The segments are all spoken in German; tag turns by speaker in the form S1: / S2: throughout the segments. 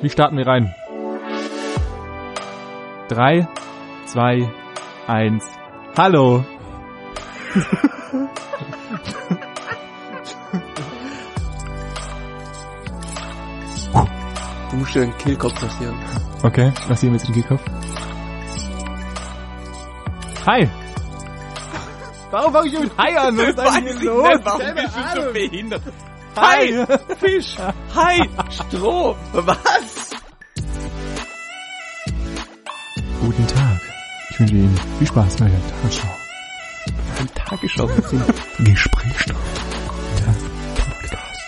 S1: Wie starten wir rein? 3, 2, 1. Hallo!
S2: Du musst dir den Kehlkopf rasieren.
S1: Okay, was sehen wir jetzt in den Kehlkopf? Hi! Warum fange ich mit Hi an? Was ist eigentlich hier los? Keine Ahnung.
S2: behindert?
S1: Hi!
S2: Fisch! Hi! Stroh! Was?
S1: Guten Tag. Ich wünsche Ihnen viel Spaß bei der Tagesschau.
S2: Ein Tagesschau mit dem
S1: Gesprächsstoff.
S2: Podcast.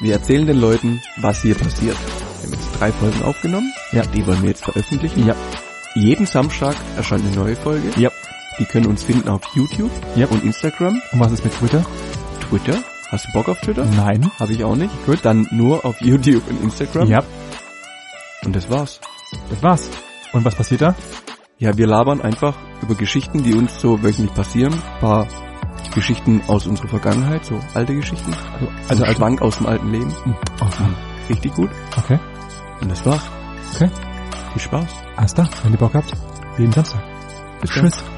S2: Wir erzählen den Leuten, was hier passiert. Wir haben jetzt drei Folgen aufgenommen.
S1: Ja.
S2: Die wollen wir jetzt veröffentlichen.
S1: Ja.
S2: Jeden Samstag erscheint eine neue Folge.
S1: Ja.
S2: Die können uns finden auf YouTube
S1: Ja.
S2: und Instagram,
S1: Und was ist mit Twitter?
S2: Twitter. Hast du Bock auf Twitter?
S1: Nein.
S2: Habe ich auch nicht. Gut. Dann nur auf YouTube und Instagram.
S1: Ja,
S2: Und das war's.
S1: das war's. Und was passiert da?
S2: Ja, wir labern einfach über Geschichten, die uns so wöchentlich passieren. Ein paar Geschichten aus unserer Vergangenheit, so alte Geschichten. Also ein Schwank aus dem alten Leben.
S1: Oh, Mann.
S2: Richtig gut.
S1: Okay.
S2: Und das war's.
S1: Okay.
S2: Viel Spaß.
S1: Alles klar, wenn ihr Bock habt, jeden Samstag.
S2: Bis dann.
S1: Tschüss.